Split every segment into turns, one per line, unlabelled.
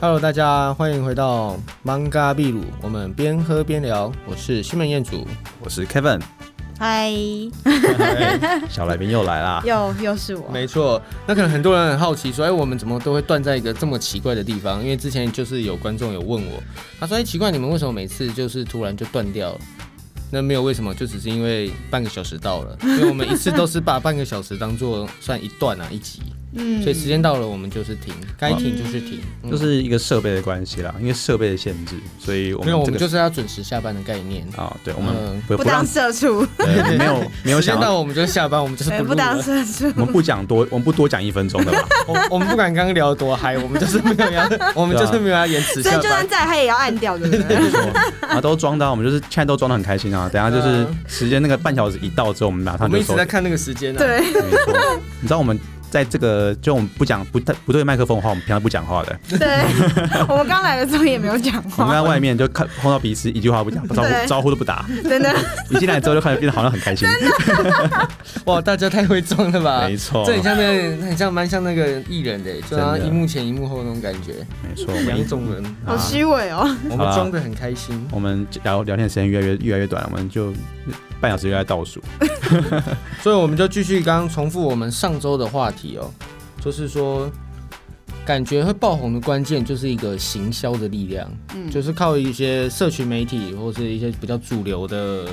Hello，大家欢迎回到 Manga 秘鲁，我们边喝边聊。我是西门彦祖，
我是 Kevin，
嗨，
小来宾又来啦。
又又是我，
没错，那可能很多人很好奇说，哎，我们怎么都会断在一个这么奇怪的地方？因为之前就是有观众有问我，他说，哎，奇怪，你们为什么每次就是突然就断掉了？那没有为什么，就只是因为半个小时到了，因为我们一次都是把半个小时当做算一段啊一集，
嗯
所以时间到了我们就是停，该停就是停，嗯
就是一个设备的关系啦，因为设备的限制，所以我
没有
们
我
这
们
个
就是要准时下班的概念。
啊，对，我们
嗯
不
不
不让
当社畜，
对没有没有
时间
想
到
到，
我们就下班，我们就是
哎
不录
不当
了。
社畜，
我们不讲多，我们不多讲一分钟 的吧？
我我们不敢刚刚聊得多嗨，我们就是没有 要，我
啊
们就是没有要延迟
所以
下
就算
班。
在他也要按掉，对 不对？
没错啊，都装到，我们就是现在都装的很开心啊。等一下就是
嗯
时间那个半小时一到之后，我们马
我
上
们一
就
直
收。
在
没
看那个时间啊。，
对，
错， 你知道我们在这个就我们不讲不不对麦克风的话，我们平常不讲话的。
对， 我们刚来的时候也没有讲
我们在
话，
外面就看碰到彼此一句话不 讲，招呼
对
招呼都不打。
真的，
一进来之后就看着变得好像很开 心。
哇，大家太会装了吧？
没错
这很像那个，很像蛮像那个艺人的，欸就好像一幕前一幕后那种感觉，
没错，我们
两
一
种人，
好虚伪哦，
我们
嗯好啦
装的很开心。
我们聊聊天时间越来越越来越短，我们就半小时就在倒数。
所以我们就继续刚刚重复我们上周的话题哦，就是说，感觉会爆红的关键就是一个行销的力量，
嗯
就是靠一些社群媒体或是一些比较主流的、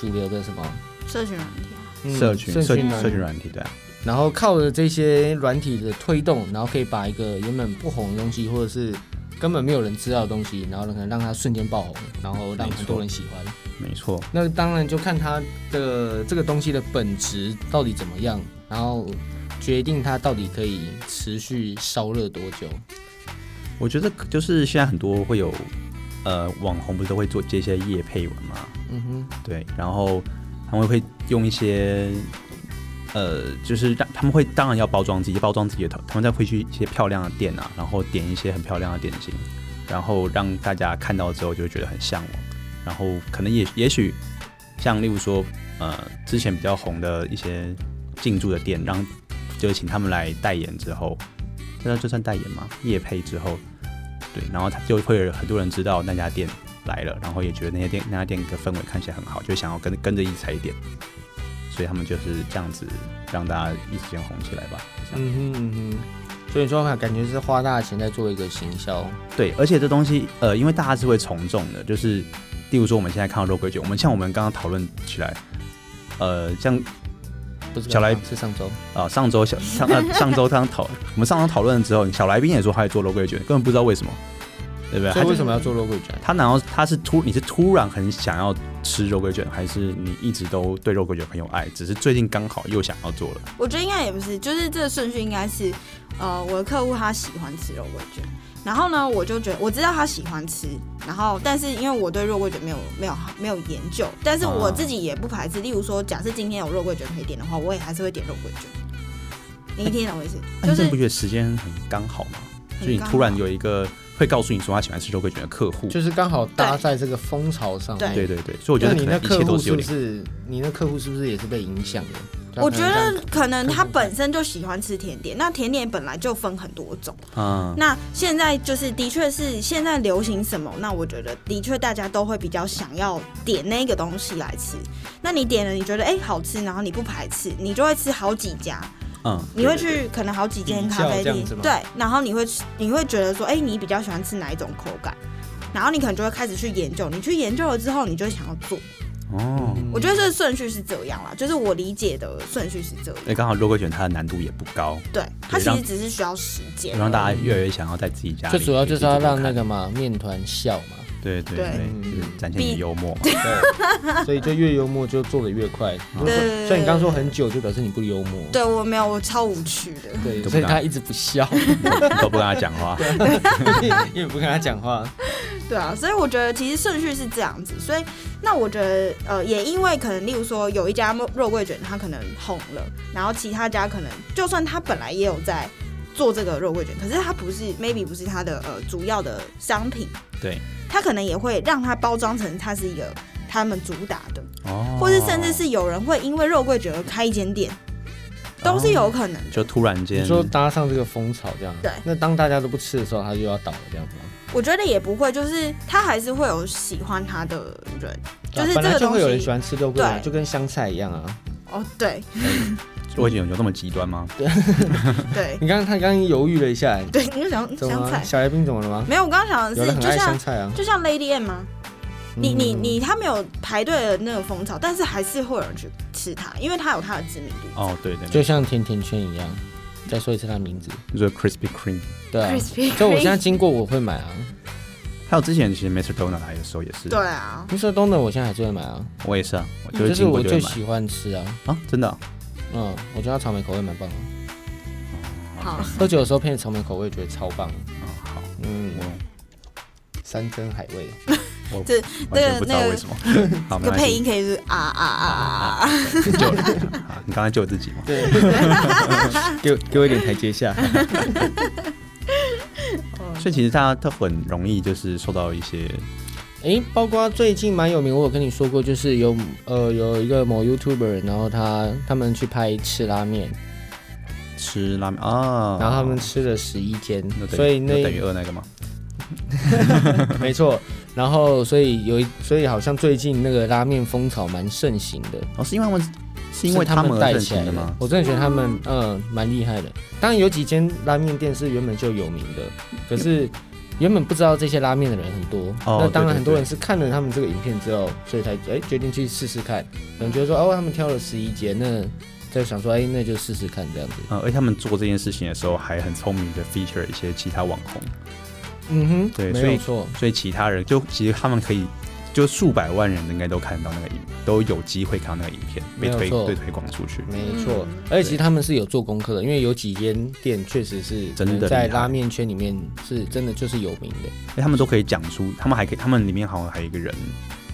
主流的什么、
社群软体
嗯
社群社
啊
社群软体对啊，
然后靠着这些软体的推动，然后可以把一个原本不红的东西，或者是根本没有人知道的东西，然后可能让它瞬间爆红，然后让
没错
很多人喜欢。
没错，
那当然就看它的这个东西的本质到底怎么样，然后决定它到底可以持续烧热多久。
我觉得就是现在很多会有呃网红不是都会做接一些夜配文嘛，
嗯
对，然后他们会用一些呃，就是让他们会当然要包装自己，包装自己的头，他们再会去一些漂亮的店啊，然后点一些很漂亮的点心，然后让大家看到之后就会觉得很向往，然后可能也也许像例如说呃之前比较红的一些进驻的店，让就是请他们来代言之后，这这算代言吗？业配之后，对，然后他就会有很多人知道那家店来了，然后也觉得那家店那家店的氛围看起来很好，就想要跟跟着一起踩点，所以他们就是这样子让大家一时间红起来吧。
哼，嗯哼，嗯哼。所以说，感觉是花大钱在做一个行销。
对，而且这东西呃，因为大家是会从众的，就是例如说我们现在看到肉桂卷，我们像我们刚刚讨论起来，呃，像
不是
小来
刚刚是上周，
啊、上周小上呃上周刚讨我们上周讨论之后，小来宾也说他会做肉桂卷，根本不知道为什么，对不
所
对？他
以
就
为什么要做 logo 展？
他难道他是突你是突然很想要吃肉桂卷，还是你一直都对肉桂卷很有爱，只是最近刚好又想要做了？
我觉得应该也不是，就是这个顺序应该是，呃，我的客户他喜欢吃肉桂卷，然后呢，我就觉得我知道他喜欢吃，然后但是因为我对肉桂卷没有没有没有研究，但是我
啊
自己也不排斥，例如说，假设今天有肉桂卷可以点的话，我也还是会点肉桂卷。你听懂我意思？就
但是
是
哎你不觉得时间很刚好吗？
很
就你
刚
突然
好
有一个会告诉你说他喜欢吃肉桂卷的客户，
就是刚好搭在这个风潮上面。
对对对，所以我觉
那
得
你
可
那
能一切
客户
都是
是
有
不
点
是你那客户是不是也是被影响的？他
我
可
觉
能看
得可能他本身就喜欢吃甜点，那甜点本来就分很多种。
啊，
那现在就是的确是现在流行什么，那我觉得的确大家都会比较想要点那个东西来吃。那你点了，你觉得哎、好吃，然后你不排斥，你就会吃好几家，
嗯，
你会
对对对
去可能好几间咖
比较
啡
这
店
样子吗，
对，然后你会吃你会觉得说哎、你比较喜欢吃哪一种口感，然后你可能就会开始去研究，你去研究了之后，你就会想要做。
哦。
嗯
我觉得这个顺序是这样啦，就是我理解的顺序是这样。
哎，刚好肉桂卷它的难度也不高，
对，它
对
其
让
实只是需要时间。
让大家越来越想要在自己家里
最主要就是要让那
给
个
自己做做
嘛面团笑嘛，
看对对
对
对，就是展现你的
比
幽默嘛。
对， 所以就越幽默就做的越快。如
嗯
果
对
说所以你刚说很久，就表示你不幽默。
对我没有，我超无趣的。
对，
都不
所以
敢
他一直不 笑，
都不跟他讲话，
因为不跟他讲话。
对啊，所以我觉得其实顺序是这样子，所以那我觉得呃，也因为可能，例如说有一家肉桂卷它可能红了，然后其他家可能就算它本来也有在做这个肉桂卷，可是它不是 maybe 不是它的呃主要的商品，
对，
它可能也会让它包装成它是一个他们主打的，
哦，
或是甚至是有人会因为肉桂卷而开一间店，都是
哦
有可能的。
就突然间
你说搭上这个风潮这样，
对
那当大家都不吃的时候，它就要倒了这样子吗？
我觉得也不会，就是他还是会有喜欢他的人，
对啊
就是
本
这
来
个
就
东
会有人
西。
喜欢吃肉桂啊，
对
就跟香菜一样啊。
哦，对
我有有那么极端吗？
对
你刚刚他刚刚犹豫了一下，
对，你就想
怎么
香
了
菜？
小来宾怎么了吗？
没有，我刚刚想
有
的是
人很
就
爱
像
香菜啊。
就像 Lady M 吗？你你
嗯
你，他没有排队的那个风潮，但是还是会有人去吃它，因为它有它的知名度。
哦，对对，
就
对
像甜甜圈一样。再说一次它的名字，
就是 Krispy Kreme。
对啊。
Crispy，
就我现在经过我会买啊，
还有之前其实 Mr. Donut 来的时候也是，
对啊，
你说东的我现在还是会买啊，
我也是啊，我就
就是是
经过
我
就
最
会买
喜欢吃啊。
啊，真的啊。
嗯，我觉得它草莓口味蛮棒的，
好，
喝酒的时候配草莓口味觉得超棒。
哦好，
嗯，
我
山珍海味。
这
完全
那个
不知道
那个
为什 么。好，没
这
关
个配
系
音，可以是啊啊啊啊啊！
救啊你刚才救自己嘛？
对，给我给我一点台阶下。
所以其实大家都很容易就是受到一些
诶，包括最近蛮有名，我有跟你说过，就是有呃有一个某 YouTuber，然后他他们去拍吃拉面，
吃拉面啊，
然后他们吃了十一间
那，等于
所以
那等
那
于饿那个嘛，
没错，然后所以有一所以好像最近那个拉面风潮蛮盛行的，
哦，是因为他们是因为
他
们而
带
盛
起
行
来
的吗？
我真的觉得他们嗯蛮厉害的。当然有几间拉面店是原本就有名的，可是原本不知道这些拉面的人很多。
哦
那当
对对
然
对
很多人是看了他们这个影片之后，所以才哎决定去试试看。可能觉得说哦他们挑了十一间，那就想说哎那就试试看这样子。
呃，而且他们做这件事情的时候，还很聪明的 feature 一些其他网红，
嗯哼，
对所
没
以
有错。
所以其他人就其实他们可以，就数百万人应该都看到那个影，都有机会看到那个影片
没
被
有
推
错
被推广出去。
没错
嗯，
而且其实他们是有做功课的，因为有几间店确实是
真的
可能在
厉害
拉面圈里面是真的就是有名的。
哎、他们都可以讲出，他们还可以，他们里面好像还有一个人，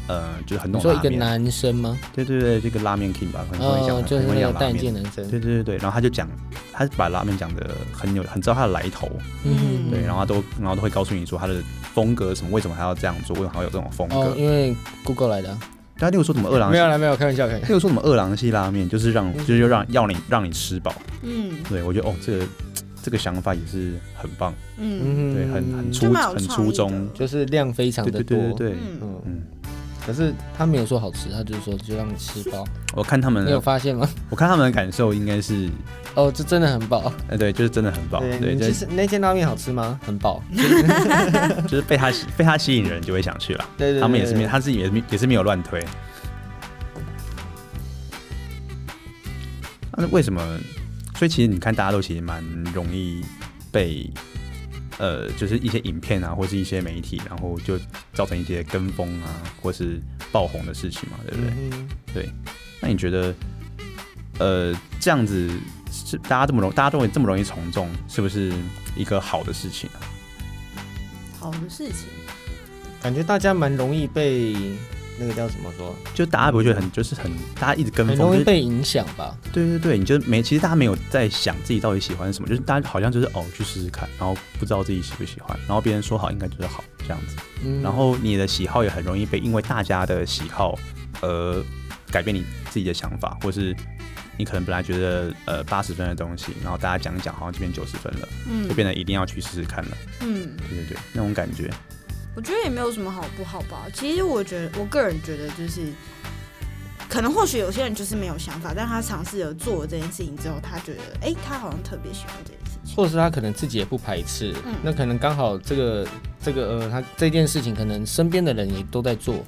呃，就是很
你
懂
说一
拉
个
面，
男生吗？
对对对，这个拉面 king 吧，很多人讲，
哦，就是
很多
那
人
个
讲
戴
拉
眼镜
面。
的男生。
对对对对，然后他就讲，他把拉面讲的很有，很知道他的来头，
嗯，
对，然后他都然后都会告诉你说他的风格什么，为什么还要这样做，为什么还要有这种风格
哦，。因为 Google 来的啊、
对啊，例如说什么二郎
没
系，
有啦，没有，开玩笑，开玩笑。
例如说什么二郎系拉面，就是让就是就让要你让你吃饱。
嗯
对我觉得哦，这个这个想法也是很棒，
嗯，
嗯，
对，很很
粗，
就
初
蛮有
很
创意
初
的
衷，
就是量非常
对
的
对
多。
对对对。
嗯，
嗯，
嗯，
可是他没有说好吃，他就是说就让你吃饱。
我看他们
你有
的，
发现吗？
我看他们的感受应该是，
哦，这真的很饱。
呃，对，就是真的很棒，对，
你
就
其
是
实那间拉面好吃吗？很饱。
就是被他吸被他吸引人就会想去了。
对对对
他们也是
对
没，
对
他自己也是没也是没有乱推。啊那为什么？所以其实你看，大家都其实蛮容易被呃，就是一些影片啊，或是一些媒体，然后就造成一些跟风啊，或是爆红的事情嘛，对不对？
嗯哼
那你觉得，呃，这样子是大家这么容，大家都会这么容易从众，是不是一个好的事情啊？
好的事情。
感觉大家蛮容易被那个叫什么说，
就大家不会觉得很，就是很，大家一直跟
很
风，
容
就
易
是
被影响吧？
对对对，你就没，其实大家没有在想自己到底喜欢什么，就是大家好像就是哦去试试看，然后不知道自己喜不喜欢，然后别人说好应该就是好这样子，
嗯，
然后你的喜好也很容易被因为大家的喜好而改变你自己的想法，或是你可能本来觉得呃八十分的东西，然后大家讲一讲好像就变九十分了，就
嗯
变得一定要去试试看了，
嗯，
对对对，那种感觉，
我觉得也没有什么好不好吧。其实我觉得，我个人觉得就是，可能或许有些人就是没有想法，但他尝试了做了这件事情之后，他觉得，哎、他好像特别喜欢这件事情。
或者是他可能自己也不排斥，
嗯
那可能刚好这个这个呃，他这件事情可能身边的人也都在做，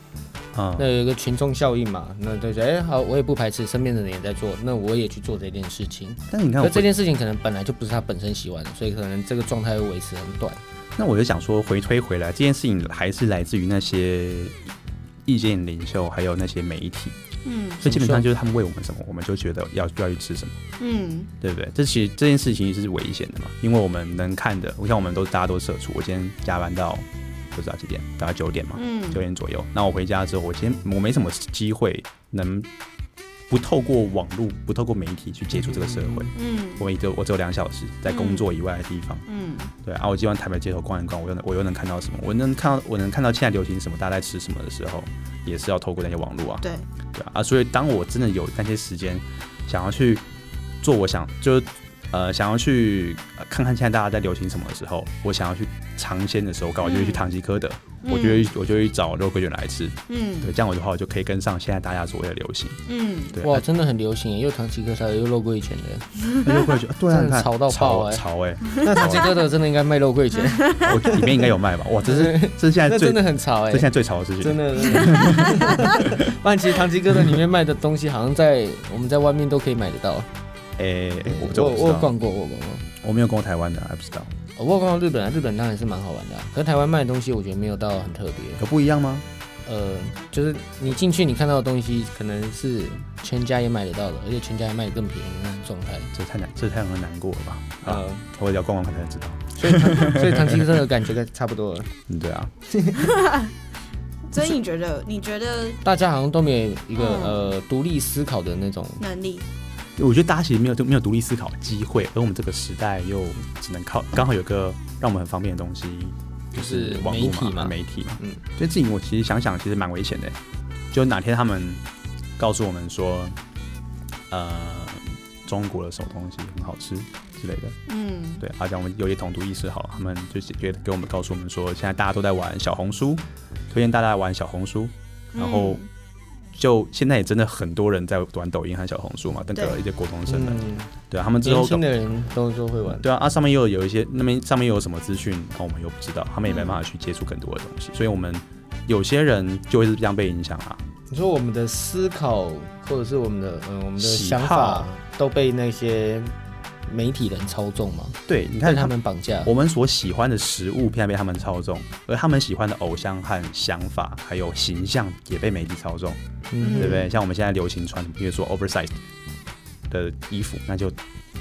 嗯，
那有一个群众效应嘛，那就觉得哎、好，我也不排斥，身边的人也在做，那我也去做这件事情。
但你看
那
我
这件事情可能本来就不是他本身喜欢的，所以可能这个状态会维持很短。
那我就想说，回推回来，这件事情还是来自于那些意见领袖，还有那些媒体，
嗯
所以基本上就是他们为我们什么，我们就觉得要要去吃什么，
嗯
对不对？这其实这件事情是危险的嘛，因为我们能看的，我像我们都大家都社畜，我今天加班到不知道几点，大概九点嘛，
嗯
九点左右。那我回家之后，我今天我没什么机会能不透过网络，不透过媒体去接触这个社会。
嗯
我也只有我只有两小时在工作以外的地方，
嗯
对啊，我今晚台北街头逛一逛，我又能我又能看到什么？我能看到我能看到现在流行什么，大家在吃什么的时候，也是要透过那些网络啊，
对，
对啊，啊所以当我真的有那些时间想要去做我想就是呃想要去呃看看现在大家在流行什么的时候，我想要去尝鲜的时候，刚好就会去
嗯
唐吉诃德，
嗯
我就会我就会找肉桂卷来吃。
嗯
对，这样我的话我就可以跟上现在大家所谓的流行。
嗯，
对，
哇，
啊
真的很流行耶，又唐吉诃德又肉桂 卷的，
那肉桂卷，对啊，
真的
你看
潮到爆哎
潮哎，
那唐吉诃德真的应该卖肉桂卷，
我里面应该有卖吧？哇，这 是这是现 在
那
最
真
这
的很潮 哎
现，在最潮的事情，
真 的。真的 不然其实唐吉诃德里面卖的东西，好像在我们在外面都可以买得到。
哎、我这
我
我不
我
知
有
道，
逛过，我有逛过。
我没有逛过台湾的，还不知道，
哦我有逛过日本啊，日本当然是蛮好玩的、啊，可是台湾卖的东西我觉得没有到很特别。
有不一样吗？
呃，就是你进去你看到的东西，可能是全家也买得到的，而且全家也卖的更便宜那种状态。
这太难，这太让人难过了吧？啊，
呃，
我也要逛逛看才能知道。
所以唐所以唐吉诃德的感觉跟差不多 了，
嗯，对啊，
所以你觉得你觉得
大家好像都没有一个、
嗯
呃独立思考的那种。
能力？
我觉得大家其实没有就没有独立思考的机会，而我们这个时代又只能靠刚好有个让我们很方便的东西，就是
就是
网
媒体
络
嘛
嘛，媒体嘛。
嗯
嗯，所以自己我其实想想，其实蛮危险的。就哪天他们告诉我们说，呃，中国的什么东西很好吃之类的，
嗯
对，而且我们有一些同读意识好了，他们就觉得给我们告诉我们说，现在大家都在玩小红书，推荐大家玩小红书，然后
嗯
就现在也真的很多人在玩抖音和小红书嘛，那个一些国中生们，
嗯，
对啊，他们之
年
后搞
轻的人都都会玩。
对啊，啊上面又有一些那边上面又有什么资讯，然后我们又不知道，他们也没
嗯
办法去接触更多的东西，所以我们有些人就会是这样被影响啊，
你说我们的思考，或者是我们的嗯我们的
喜
想法
好，
都被那些媒体人操纵 嘛？
对，你
被
看
他
他们。
们绑架。
我们所喜欢的食物，偏被他们操纵，而他们喜欢的偶像和想法，还有形象，也被媒体操纵。
嗯
对不对？像我们现在流行穿，比如说 oversize 的衣服，那就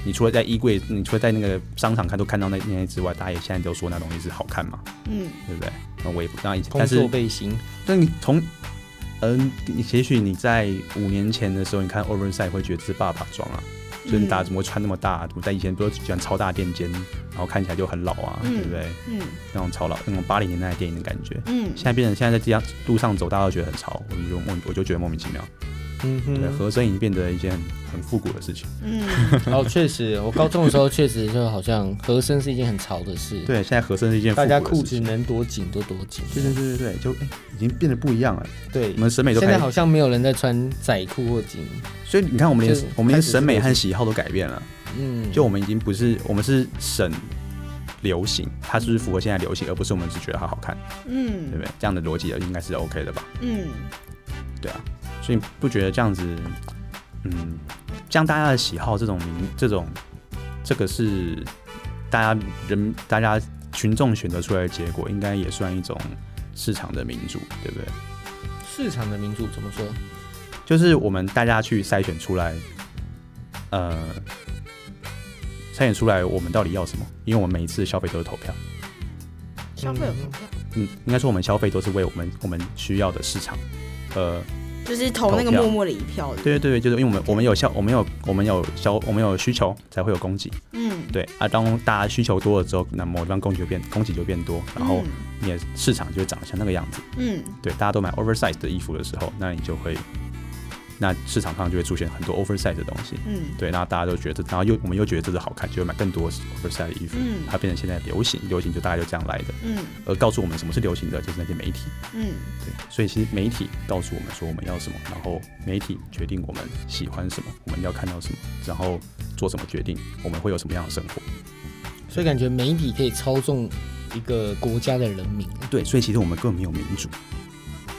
你除了在衣柜，你除了在那个商场看都看到那那些之外，大家也现在都说那东西是好看嘛，
嗯
对不对？那我也不当然以前，
工
但
作
是
背心，
但你从嗯，你也许你在五年前的时候，你看 oversize 会觉得这是爸爸装啊，就是你
嗯
打怎么会穿那么大？我在以前都喜欢超大垫肩，然后看起来就很老啊，
嗯
对不对？
嗯
那种超老，那种八零年代的电影的感觉。
嗯
现在变成现在在这样路上走，大家都觉得很潮，我们就莫我就觉得莫名其妙。
嗯
对，
哼，
合身已经变得一件很复古的事情。
嗯，
哦，确 实，我高中的时候确实就好像合身是一件很潮的事，
对，现在合身是一件复
大
古
家
的
裤
事
子
情。
能多紧就多紧，
对对对对对，就哎、已经变得不一样了。
对
我。们审美都
现
开
在
始
好，像没有人在穿窄裤或紧，
所以你看，我们
就是
连我们
开
连
始
审美
这个
和喜好都改变了。
嗯，
就我们已经不是我们是审流行，它是不是符合现在流行，而不是我们只觉得它好看，对不
嗯
对？这样的逻辑应该是 OK 的吧？
嗯，
对啊，所以你不觉得这样子，嗯，像大家的喜好这种明这种，这个是大家人大家群众选择出来的结果，应该也算一种市场的民主，对不对？
市场的民主怎么说？
就是我们大家去筛选出来，呃，筛选出来我们到底要什么，因为我们每一次消费都是投票，
消费有投票，
嗯，应该说我们消费都是为我们我们需要的市场，呃，
就是投那个
投票
默默的一票的。
对对对，就是因为我们我们有消我们有我们有消我们有需求才会有供给。
嗯，
对啊，当大家需求多了之后，那某地方供给就变供给就变多，然后你的市场就会长得像那个样子。
嗯
对，大家都买 oversize 的衣服的时候，那你就会，那市场上就会出现很多 oversize 的东西。
嗯
对，那大家都觉得，然后又我们又觉得这个好看，就会买更多 oversize 的衣服。
嗯
它变成现在流行，流行就大概就这样来的。
嗯
而告诉我们什么是流行的，就是那些媒体。
嗯
对，所以其实媒体告诉我们说我们要什么，然后媒体决定我们喜欢什么，我们要看到什么，然后做什么决定，我们会有什么样的生活。
所以感觉媒体可以操纵一个国家的人民，
对，所以其实我们根本没有民主，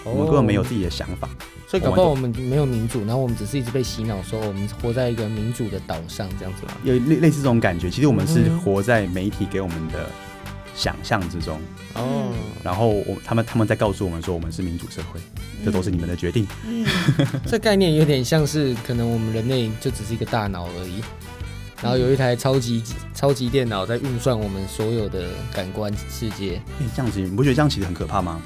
我
我
哦
们根本没有自己的想法。
所以搞不好我们没有民主，然后我们只是一直被洗脑，说我们活在一个民主的岛上这样子嘛。
有类类似这种感觉，其实我们是
嗯哼
活在媒体给我们的想象之中，
哦，
然后我他们他们在告诉我们说我们是民主社会，这都是你们的决定。
嗯
这概念有点像是可能我们人类就只是一个大脑而已，然后有一台超级超级电脑在运算我们所有的感官世界。
哎、这样子你不觉得这样其实很可怕吗？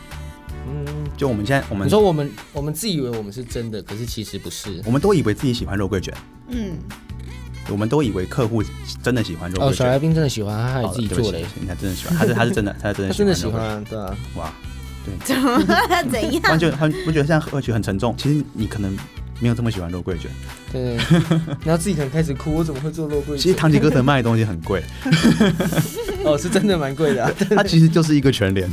嗯，
就我们现在我们
你说我们我们自以为我们是真的，可是其实不是。
我们都以为自己喜欢肉桂卷，
嗯
我们都以为客户真的喜欢肉
哦，
桂
小
卷。
来宾真的喜欢，他
好
还
了
自己
对不
做
起
嘞，
你看真的喜欢，他是他是真的，他是真
他
的
真的喜
肉桂
欢啊，
卷
对啊。
哇，
怎么怎样？
完全很不觉得这样会觉得很沉重。其实你可能没有这么喜欢肉桂卷。
对，然后自己可能开始哭，我怎么会做肉 桂卷？
其实堂吉诃德卖的东西很贵，
哦，是真的蛮贵 的、啊，
它其实就是一个全联，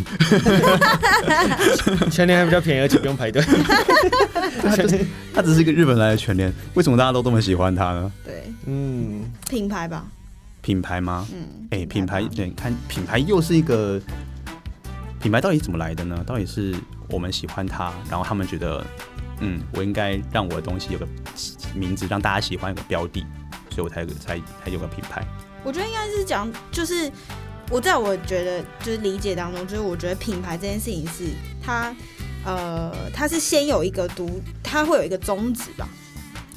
全年还比较便宜，而且不用排队。
它 就是它只是一个日本来的全联，为什么大家都这么喜欢它呢？
对，
嗯，
品牌吧，
品牌吗？
嗯，
哎、品牌，
吧
对，看品牌又是一个品牌到底怎么来的呢？到底是我们喜欢它，然后他们觉得，嗯，我应该让我的东西有个名字，让大家喜欢，有个标的，所以我才有个才才有个品牌。
我觉得应该是讲，就是我在我觉得就是理解当中，就是我觉得品牌这件事情是它，呃，它是先有一个独，它会有一个宗旨吧，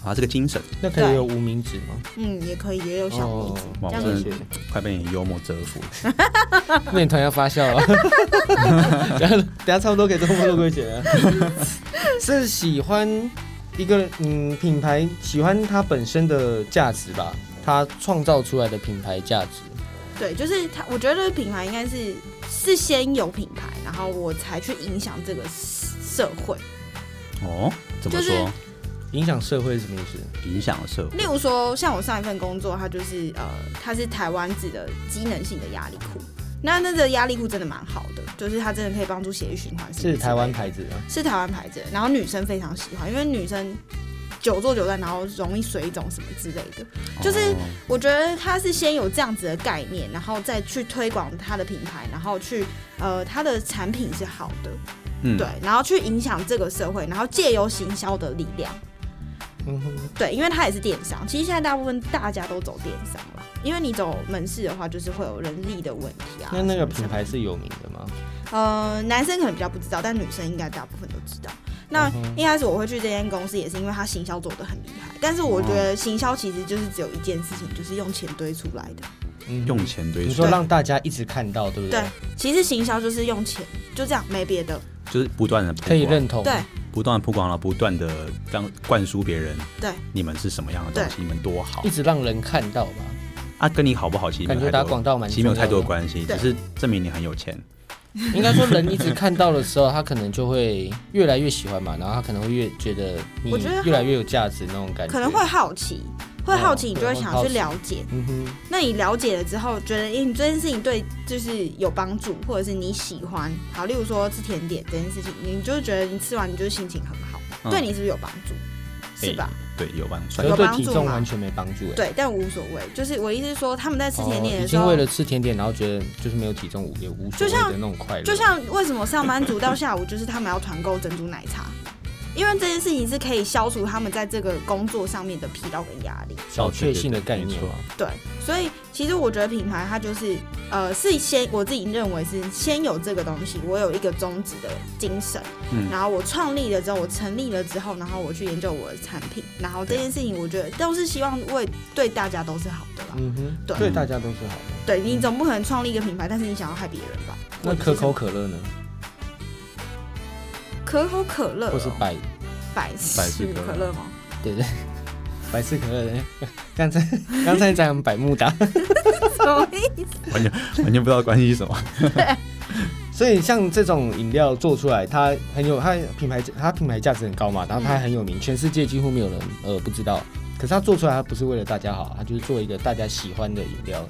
啊，这个精神，
那可以有无名指吗？
嗯，也可以也有小名
哦
字，这
我
样
真
子
谢谢
快被你幽默折服。
那你突然要发笑了，等下等下差不多可以做肉桂卷了。是喜欢一个嗯品牌，喜欢它本身的价值吧，它创造出来的品牌价值。
对，就是它，我觉得品牌应该是是先有品牌，然后我才去影响这个社会。
哦，怎么
就是
说？
影响社会是什么意思？
影响社会
例如说，像我上一份工作，它就是呃，它是台湾制的机能性的压力裤。那那个压力裤真的蛮好的，就是它真的可以帮助血液循环。
是台湾，牌子吗？
是台湾牌子的，然后女生非常喜欢，因为女生久坐久站，然后容易水肿什么之类的。就是
哦
我觉得它是先有这样子的概念，然后再去推广它的品牌，然后去呃，它的产品是好的，
嗯
对，然后去影响这个社会，然后借由行销的力量，
嗯哼，
对，因为它也是电商。其实现在大部分大家都走电商了，因为你走门市的话，就是会有人力的问题啊。
那那个
什么什
品
么
牌是有名的吗？
呃，男生可能比较不知道，但女生应该大部分都知道。那
嗯
一开始我会去这间公司，也是因为它行销做的很厉害。但是我觉
嗯
得行销其实就是只有一件事情，就是用钱堆出来的。
嗯，
用钱堆
你
出，
说让大家一直看到，对不对？
对，其实行销就是用钱，就这样，没别的。
就是不断的
可以认同。
对，
不断的曝光了，不断的让灌输别人，
对，
你们是什么样的东西，你们多好
一直让人看到吧。
啊，跟你好不好其实
感
没有
觉
太
打
多
广告蛮
其实没有
重
太
要
多
的
的关系，只
对
是证明你很有钱。
应该说，人一直看到的时候，他可能就会越来越喜欢嘛，然后他可能会越觉得你
我觉得他
越来越有价值那种感觉。
可能会，好奇，会
哦
好奇，你
对
就会
会
想
好
要去
奇
了解。
嗯哼，
那你了解了之后，觉得哎、诶你这件事情对就是有帮助，或者是你喜欢，好，例如说吃甜点这件事情，你就觉得你吃完你就心情很好，
嗯
对你是不是有帮助？是
诶
吧？
对，有帮
可
算
是
有
对
帮
体
助
重
嘛
完全没帮助哎。
对，但无所谓。就是我的意思是说，他们在吃
哦，
甜点
已
的时
经
候，
为了吃甜点，然后觉得就是没有体重也无所
就
谓
像
的那种快乐。
就像为什么上班族到下午就是他们要团购珍珠奶茶，因为这件事情是可以消除他们在这个工作上面的疲劳跟压力。
小确幸的概念嘛。
对，所以其实我觉得品牌它就是呃是先我自己认为是先有这个东西，我有一个宗旨的精神，
嗯
然后我创立了之后，我成立了之后，然后我去研究我的产品，然后这件事情我觉得都是希望为对大家都是好的啦。
嗯哼，
对
对大家都是好的。
对你总不可能创立一个品牌，但是你想要害别人吧？
那可口可乐呢？
可口可乐、
或是
哦、
百
百
百
事
事可乐
可乐吗？
对啊对，百事可乐呢？刚才刚才在我们百慕达，
什么意 思
完全不知道关系是什么。
所以像这种饮料做出来，它很有它品牌，它品牌价值很高嘛，然后它很有名，全世界几乎没有人呃不知道。可是它做出来，它不是为了大家好，它就是做一个大家喜欢的饮料。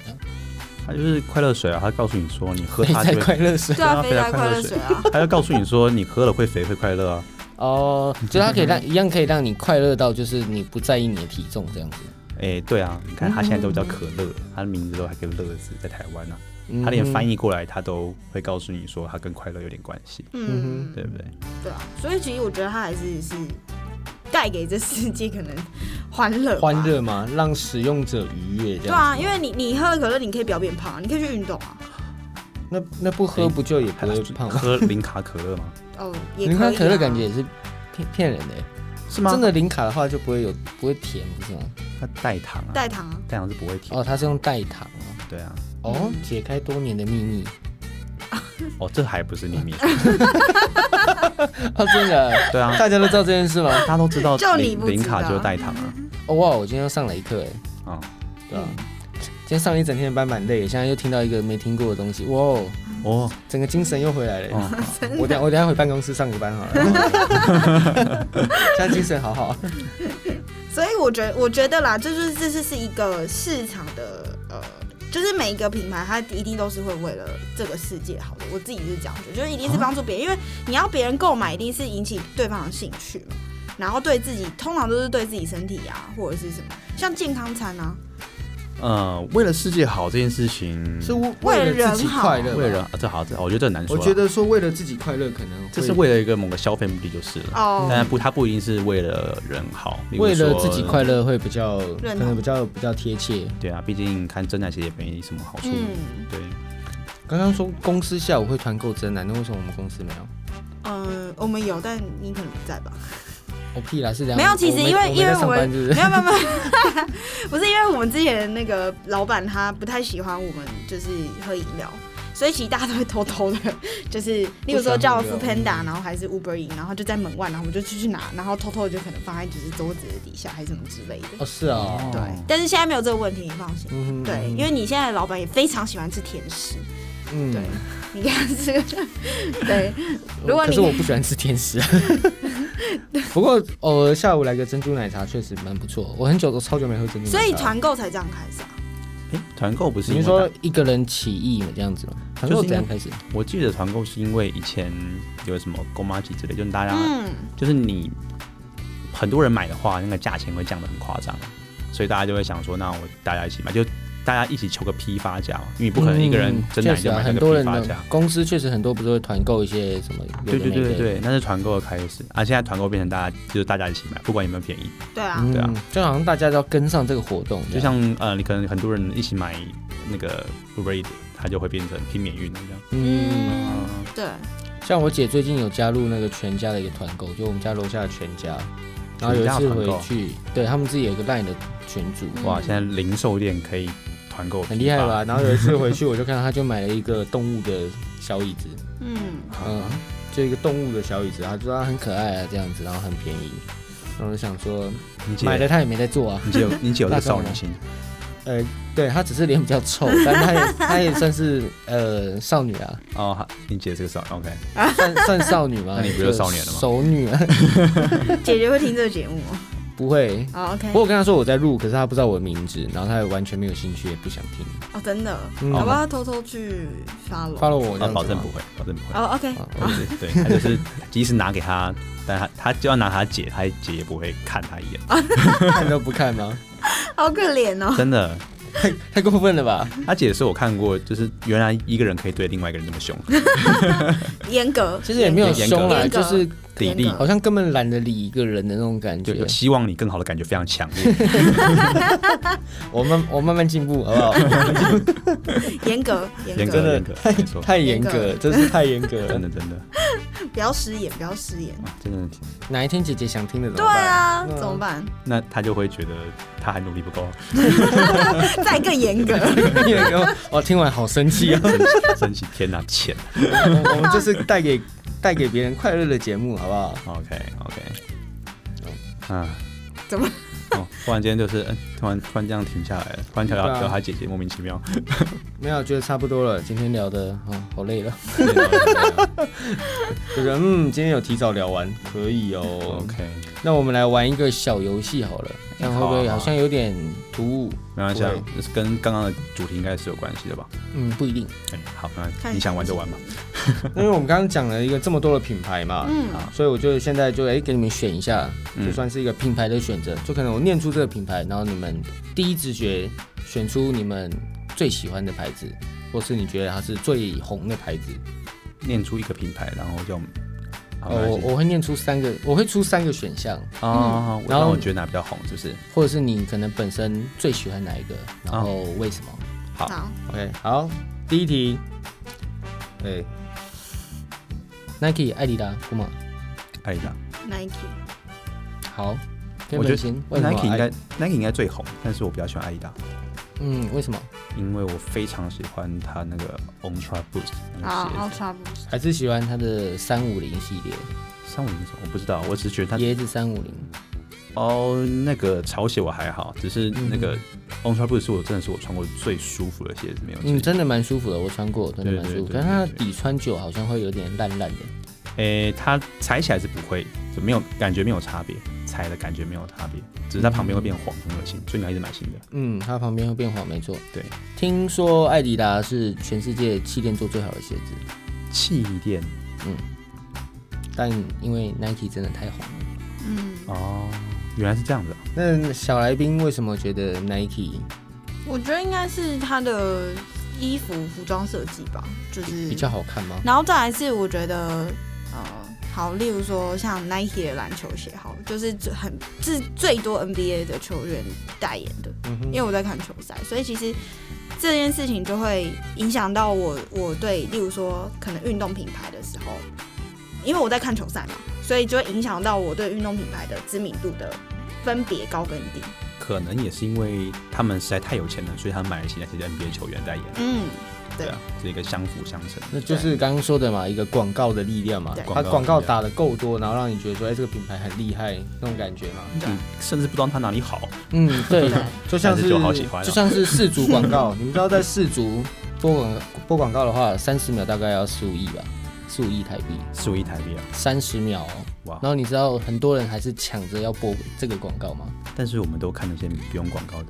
它就是快乐水啊，它告诉你说你 喝
肥
它
仔
就会，
快乐水
对
对啊
啊，肥宅
肥宅
快
快
乐
乐
水
水
啊，
它就告诉你说你喝了会肥会快乐啊。
哦，就是它可以让一样可以让你快乐到，就是你不在意你的体重这样子。
哎，对啊，你看它现在都叫可乐，它的名字都还跟乐字在台湾啊，
嗯
它连翻
译
译过来它都会告诉你说它跟快乐有点关系，
嗯
嗯，
对不对？
对啊，所以其实我觉得它还是是带给这世界可能欢乐，
嗯欢，乐嘛，让使用者愉悦这样
对
子。
啊，因为你你喝了可乐，你可以不要变胖啊，你可以去运动啊，
那那不喝不就也不会胖吗？
喝零卡可乐吗？
哦，也
零
可
卡
以、啊。
可乐感觉也是骗骗人的欸，
是
真的零卡的话就不会有不会甜，不是吗？
它代糖啊，
代糖啊，
代糖是不会甜。
哦，它是用代糖啊。
对啊，
哦，解开多年的秘密。
哦，这还不是秘密，
哦，真的，
对啊，
大家都知道这件事吗？
大家都知 道
就你
零
不
零
知
卡
道
就是代糖啊，
哦哇，我今天又上了一课哎，
啊，
对啊，今天上了一整天的班蛮累的，现在又听到一个没听过的东西，哇哦，
哦，
整个精神又回来了。
哦
我等下我等下回办公室上个班好了， 现在精神好好。
所以我觉得，我觉得啦，这就是这是是一个市场的呃，就是每一个品牌，它一定都是会为了这个世界好的。我自己是这样觉得，就是一定是帮助别人，因为你要别人购买，一定是引起对方的兴趣嘛。然后对自己，通常都是对自己身体啊，或者是什么，像健康餐啊，
呃，为了世界好这件事情，
是
为
为
了
了自己
人好
快乐吧，
为了啊这好，这好我觉得这很难说
我
啊。
觉得说为了自己快乐，可能会
这是为了一个某个消费目的就是了。
哦，
但不，它不一定是为了人好，例如
为了
说
自己快。乐会比较，可
认同
能比较比较贴切。
对啊，毕竟看真奶其实也没什么好处。
嗯
对，
刚刚说公司下午会团购真奶，那为什么我们公司没有？
嗯、我们有，但你可能不在吧？
我哦屁啦，是这样。
没有其实
我们
因为
我们
因为
在上
我
班
们
是不
没
是？
有没有没有， 不是因为我们之前那个老板他不太喜欢我们就是喝饮料，所以其实大家都会偷偷的，就是例如说叫
不喜
f
欢喝嗯
Panda，然后还是 Uber e 然后就在门外，然后我们就出去拿，然后偷偷的就可能放在就是桌子的底下还是什么之类的。
哦，是哦。
对，但是现在没有这个问题，你放心。
嗯哼
对，因为你现在的老板也非常喜欢吃甜食，
嗯
对你给他 吃个，对，如果
可
你
是我不喜欢吃甜食，啊 不过偶尔下午来个珍珠奶茶确实蛮不错。我很久都超久没喝珍珠奶茶
所
了。
以团购才这样开始啊。
哎，团购不是
你
因为
是说一个人起义这样子吗？团购
就是因为
怎样开始？
我记得团购是因为以前有什么购妈季之类，就是大家、
嗯，
就是你很多人买的话，那个价钱会降得很夸张，所以大家就会想说，那我大家一起买，就大家一起求个批发价嘛，因为你不可能一个人
嗯
真奶
确实
就
啊
买那
很
个
多
批
人
发
的
价。
公司确实很多不是会团购一些什么有
对
的
对
没的？
对对，那是团购的开始啊！现在团购变成大家就是大家一起买，不管有没有便宜，
对啊，
嗯
对啊，
就好像大家都要跟上这个活动，
就像呃，你可能很多人一起买那个 Uber，Eats，它就会变成拼免运的这样。
嗯，
嗯，对，
像我姐最近有加入那个全家的一个团购，就我们家楼下的全家，然后有一次
全家的团购
回去，对他们自己有一个 LINE 的群组，
哇，
嗯
现在零售店可以团购，
很厉害？吧？然后有一次回去，我就看到她就买了一个动物的小椅 子，
嗯。
嗯，
啊
就一个动物的小椅子，她就说它很可爱啊这样子，然后很便宜，然后我就想说
你姐，
买了她也没在做啊，
你姐有你姐有这个少
啊
女心，
呃，对她只是脸比较臭， 但她也她也算是呃少女啊，
哦，好你姐是个少，OK，
算算少女吗？
那你不就少年了吗
熟女啊，
姐姐会听这个节目吗？
不会。
哦，OK、
我
o
有跟她说我在录，可是她不知道我的名字，然后她也完全没有兴趣，也不想听。
k 哦，真的，
嗯
好吧，偷偷去 follow。
follow 我这样子
啊，
吗，
保证不会，保证不会，
哦，OK、o
啊
k
我
好，
对，她就是即使拿给她，但她她就要拿她姐，她姐也不会看她一眼，
看都不看吗？
好可怜哦。
真的，
太 太过分了吧？
她姐是我看过，就是原来一个人可以对另外一个人那 么凶，
严格，
其实也没有
严格
凶啦，
严格
就是
比
严格
例
好像根本懒得理一个人的那种感
就
觉
有。希望你更好的感觉非常强烈，
我慢我慢慢进步，好 不好？
严格，严
真
严格
格，
的
严格
太
没错
太严格了，真是太严格
真
了。
的真的
不要食言，不要食言。
啊真的，
哪一天姐姐想听的怎么
对
办？
啊，
嗯
怎么办？
那她就会觉得她还努力不够，
再更严 格。
严格吗，我听完好生气啊！
生气生气，天哪，钱
我我们就是带 给带给别人快乐的节目，好不好？
，OK OK，啊。
怎么？
哦，突然间就是，嗯突然突然这样停下来了，突然聊
对啊
聊他姐姐莫名其妙。
没有，觉得差不多了。今天聊的啊、哦好累 了。就觉得嗯，今天有提早聊完，可以哦。
OK，
那我们来玩一个小游戏好了，这样会不
好啊
会
好啊
好像有点突兀？
没关系啊
不会，
就是跟刚刚的主题应该是有关系的吧？
嗯，不一定，
哎，好，没关系，
看
你想玩就玩吧。嗯
因为我们刚刚讲了一个这么多的品牌嘛，
嗯，
所以我就现在就哎、给你们选一下，
嗯
就算是一个品牌的选择，就可能我念出这个品牌，然后你们第一直觉选出你们最喜欢的牌子，或是你觉得它是最红的牌子。
念出一个品牌，然后就，好，啊
哦，我
没关系。
我会念出三个，我会出三个选项，
啊，
然
然
后
后我觉得哪比较红，是不是？
或者是你可能本身最喜欢哪一个，然后为什么、
好
好，
o k 好，第一题，
哎
对，Nike、艾迪达、m 马，
看一下
Nike。
好，
我觉得
先为什么哎
，Nike 应该
爱
Nike 应该最红，但是我比较喜欢阿迪达，
嗯，为什么？
因为我非常喜欢它那个 Ultra Boost 那
好
个鞋子。
，Ultra Boost。
还是喜欢它的三五零系列，
三五零什么？我不知道，我只是觉得它
椰子三五零。
哦，那个潮鞋我还好，只是那个 Ultra Boost 是我真的是我穿过最舒服的鞋子，没有之一。
嗯嗯，真的蛮舒服的，我穿过，真的蛮舒服。
对对
但
对
是它
对对对
底穿久好像会有点烂烂的。
诶、它踩起来是不会，就没有感觉没有差别，踩的感觉没有差别，只是它旁边会变黄，很恶心，所以你要一直买新的。
嗯，它旁边会变黄，没错。
对，
听说艾迪达是全世界气垫做最好的鞋子，
气垫
但因为 Nike 真的太红了。
嗯，
哦，原来是这样子、啊，
那小来宾为什么觉得 Nike
我觉得应该是他的衣服服装设计吧，就是
比较好看吗？
然后再来是我觉得，呃，好，例如说像 Nike 的篮球鞋，好，就是最很是最多 NBA 的球员代言的，
嗯哼
因为我在看球赛，所以其实这件事情就会影响到我我对，例如说可能运动品牌的时候，因为我在看球赛嘛，所以就会影响到我对运动品牌的知名度的分别高跟低。
可能也是因为他们实在太有钱了，所以他们买了些那些 NBA 球员代言，
嗯，对
对啊，是一个相辅相成。
那就是刚刚说的嘛，一个广告的力量嘛
对，
它广告打的够多，然后让你觉得说，哎、这个品牌很厉害那种感觉嘛。
对
你甚至不知道它哪里好，
嗯，对，就像
但
是
是就好喜欢了
就像是世足广告，你们知道在世足播广播广告的话，三十秒大概要十五亿吧，十五亿台币，
十五亿台币啊，
三十秒、哦。
哇
然！后你知道很多人还是抢着要播这个广告吗？
但是我们都看那些不用广告的，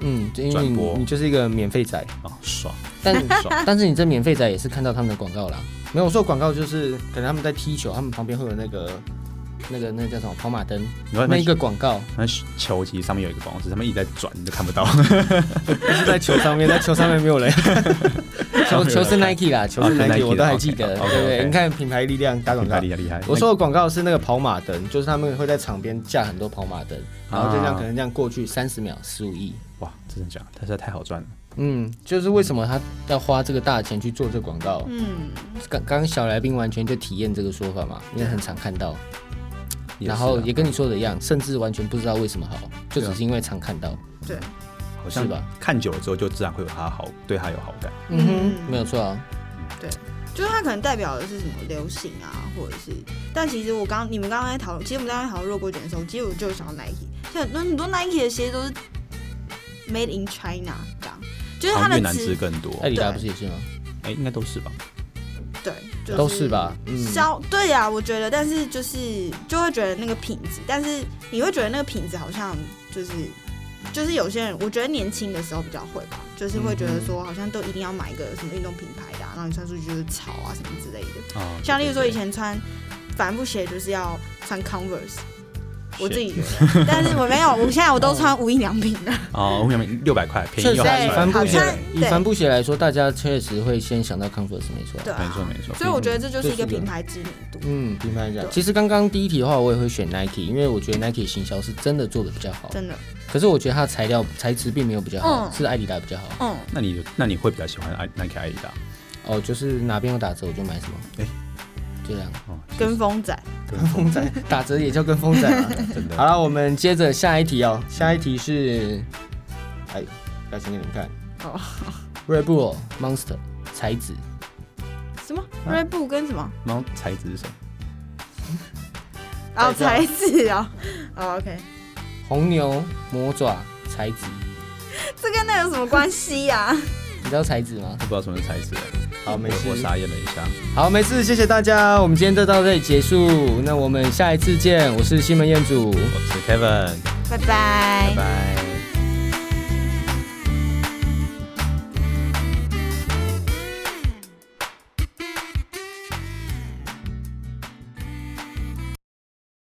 嗯，就因为
转
你
播
你就是一个免费仔，
啊，爽
但
爽
但是你这免费仔也是看到他们的广告啦。没有，我说广告就是可能他们在踢球，他们旁边会有那个那个那个叫什么跑马灯，
你看
哦那一个广 告
那球其实上面有一个广告词，他们一直在转，你就看不到。
就是在球上面，在球上面没有人。 哦球 球是 Nike 啦，球是
哦是
Nike，
Nike
我都还记得。
的，OK，OK，OK
对不对，你看品牌力量打广
厉
告
害。厉害厉害！
我说的广告是那个跑马灯，就是他们会在场边架很多跑马灯，然后就这样
啊
可能这样过去三十秒十五亿。
哇，真的假的？它实在太好赚了。
嗯，就是为什么他要花这个大钱去做这广告？
嗯，
刚刚刚小来宾完全就体验这个说法嘛，因为很常看到，
也是啊
然后也跟你说的一样，甚至完全不知道为什么好，就只是因为常看到。
对，
好像
是吧
看久了之后，就自然会有他好，对他有好感。
嗯
嗯
哼，没有错啊。
就是它可能代表的是什么流行啊，或者是，但其实我刚你们刚刚在讨论，其实我们刚刚在讨论弱国卷的时候，其实我就想到 Nike，像很多很多 Nike 的鞋都是 Made in China 这样，就是
好
它
像越
的
南
词
之更多，
艾
哎、
迪达不是也是吗？
应该都是吧？
对，就
都是吧？嗯，
消对呀、我觉得，但是就是就会觉得那个品质，但是你会觉得那个品质好像就是就是有些人，我觉得年轻的时候比较会吧，就是会觉得说好像都一定要买一个什么运动品牌的、啊，然后你穿出去就是潮啊什么之类的。
啊，
像例如说以
前
前穿帆布鞋就是要穿 Converse，我自己
Shit
觉得，但是我没有，我现在我都穿无印良品 的。
啊，我们六百块便
确
宜
实
又
对
好
啊，
赚
以帆布
好
鞋
像
以
对
帆布鞋来说，大家确实会先想到 Converse 没错啊。
对啊
没错没错。
所以我觉得这就是
这
一个
是一个
品牌知名度。
嗯，平凡一下
对。
其实刚刚第一题的话，我也会选 Nike，因为我觉得 Nike 行销是真的做的比较好。
真的，
可是我觉得它的材料材质并没有比较好，
嗯
是艾迪达比较好。
嗯，
那你那你会比较喜欢 i Nike 阿迪啊 达？
哦，就是哪边有打折我就买什么。
哎
就这样，
哦，
跟风仔，
跟
风仔打折也叫跟风仔嘛。
真的
好了，我们接着下一题哦。下一题是，哎，表情给你们看。
哦，
Red Bull Monster 材质，
什么 Red Bull 跟什么？
然后材质是什么？
哦，
材
材质啊，哦，OK，
红牛魔爪材质，
这跟那有什么关系呀？
你知道材质吗
我？不知道什么是材质。
好，没
我我
事。
傻眼了一下。
好，没事，谢谢大家，我们今天就到这里结束，那我们下一次见，我是西门彦祖。
我是 Kevin，
拜拜
拜。拜。